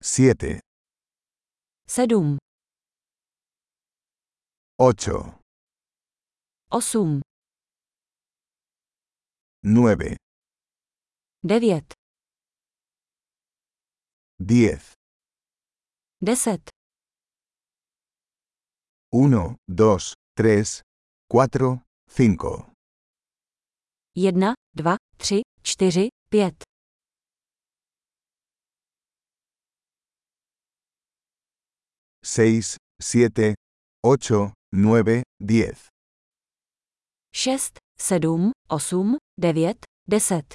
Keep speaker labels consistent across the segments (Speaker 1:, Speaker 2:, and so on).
Speaker 1: 7,
Speaker 2: sedm,
Speaker 1: 8,
Speaker 2: osm,
Speaker 1: 9,
Speaker 2: devět,
Speaker 1: 10,
Speaker 2: deset,
Speaker 1: 1, 2, 3, 4, 5,
Speaker 2: jedna, dva, tři, čtyři, pět,
Speaker 1: 6, 7, 8, 9, 10,
Speaker 2: šest, sedm, osm, devět, deset,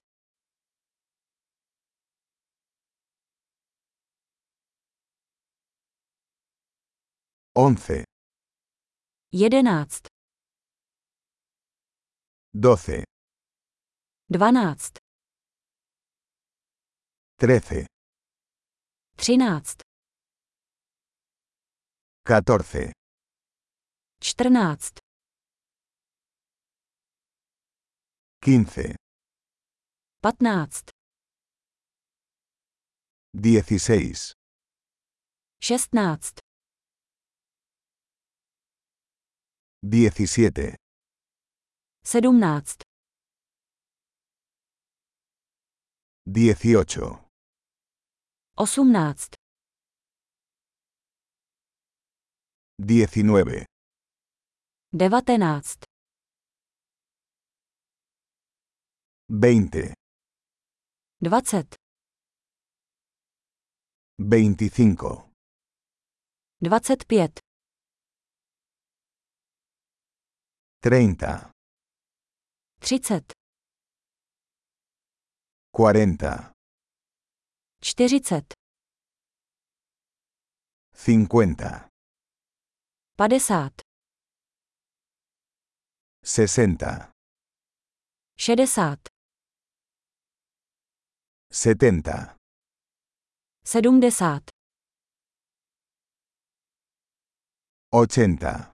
Speaker 1: 11,
Speaker 2: jedenáct,
Speaker 1: 12,
Speaker 2: dvanáct,
Speaker 1: 13,
Speaker 2: třináct,
Speaker 1: 14,
Speaker 2: čtrnáct,
Speaker 1: 15,
Speaker 2: patnáct,
Speaker 1: 16,
Speaker 2: šestnáct,
Speaker 1: 17,
Speaker 2: sedmnáct,
Speaker 1: 18,
Speaker 2: osmnáct,
Speaker 1: 19,
Speaker 2: devatenáct,
Speaker 1: 20,
Speaker 2: dvacet,
Speaker 1: 25,
Speaker 2: dvacet pět,
Speaker 1: 30,
Speaker 2: třicet,
Speaker 1: 40,
Speaker 2: čtyřicet,
Speaker 1: 50,
Speaker 2: padesát,
Speaker 1: 60,
Speaker 2: šedesát,
Speaker 1: 70,
Speaker 2: sedmdesát,
Speaker 1: 80,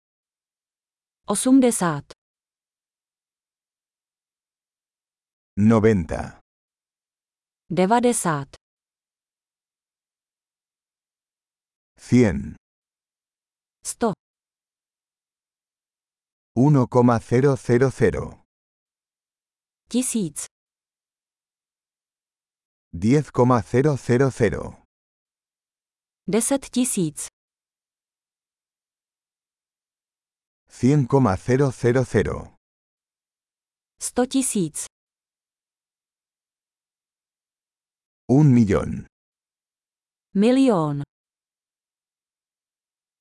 Speaker 2: osmdesát,
Speaker 1: 90,
Speaker 2: devadesát,
Speaker 1: 100,
Speaker 2: sto.
Speaker 1: 1,000,
Speaker 2: tisíc,
Speaker 1: 10,000,
Speaker 2: deset tisíc,
Speaker 1: 100,000,
Speaker 2: sto tisíc,
Speaker 1: 1 millón.
Speaker 2: milión.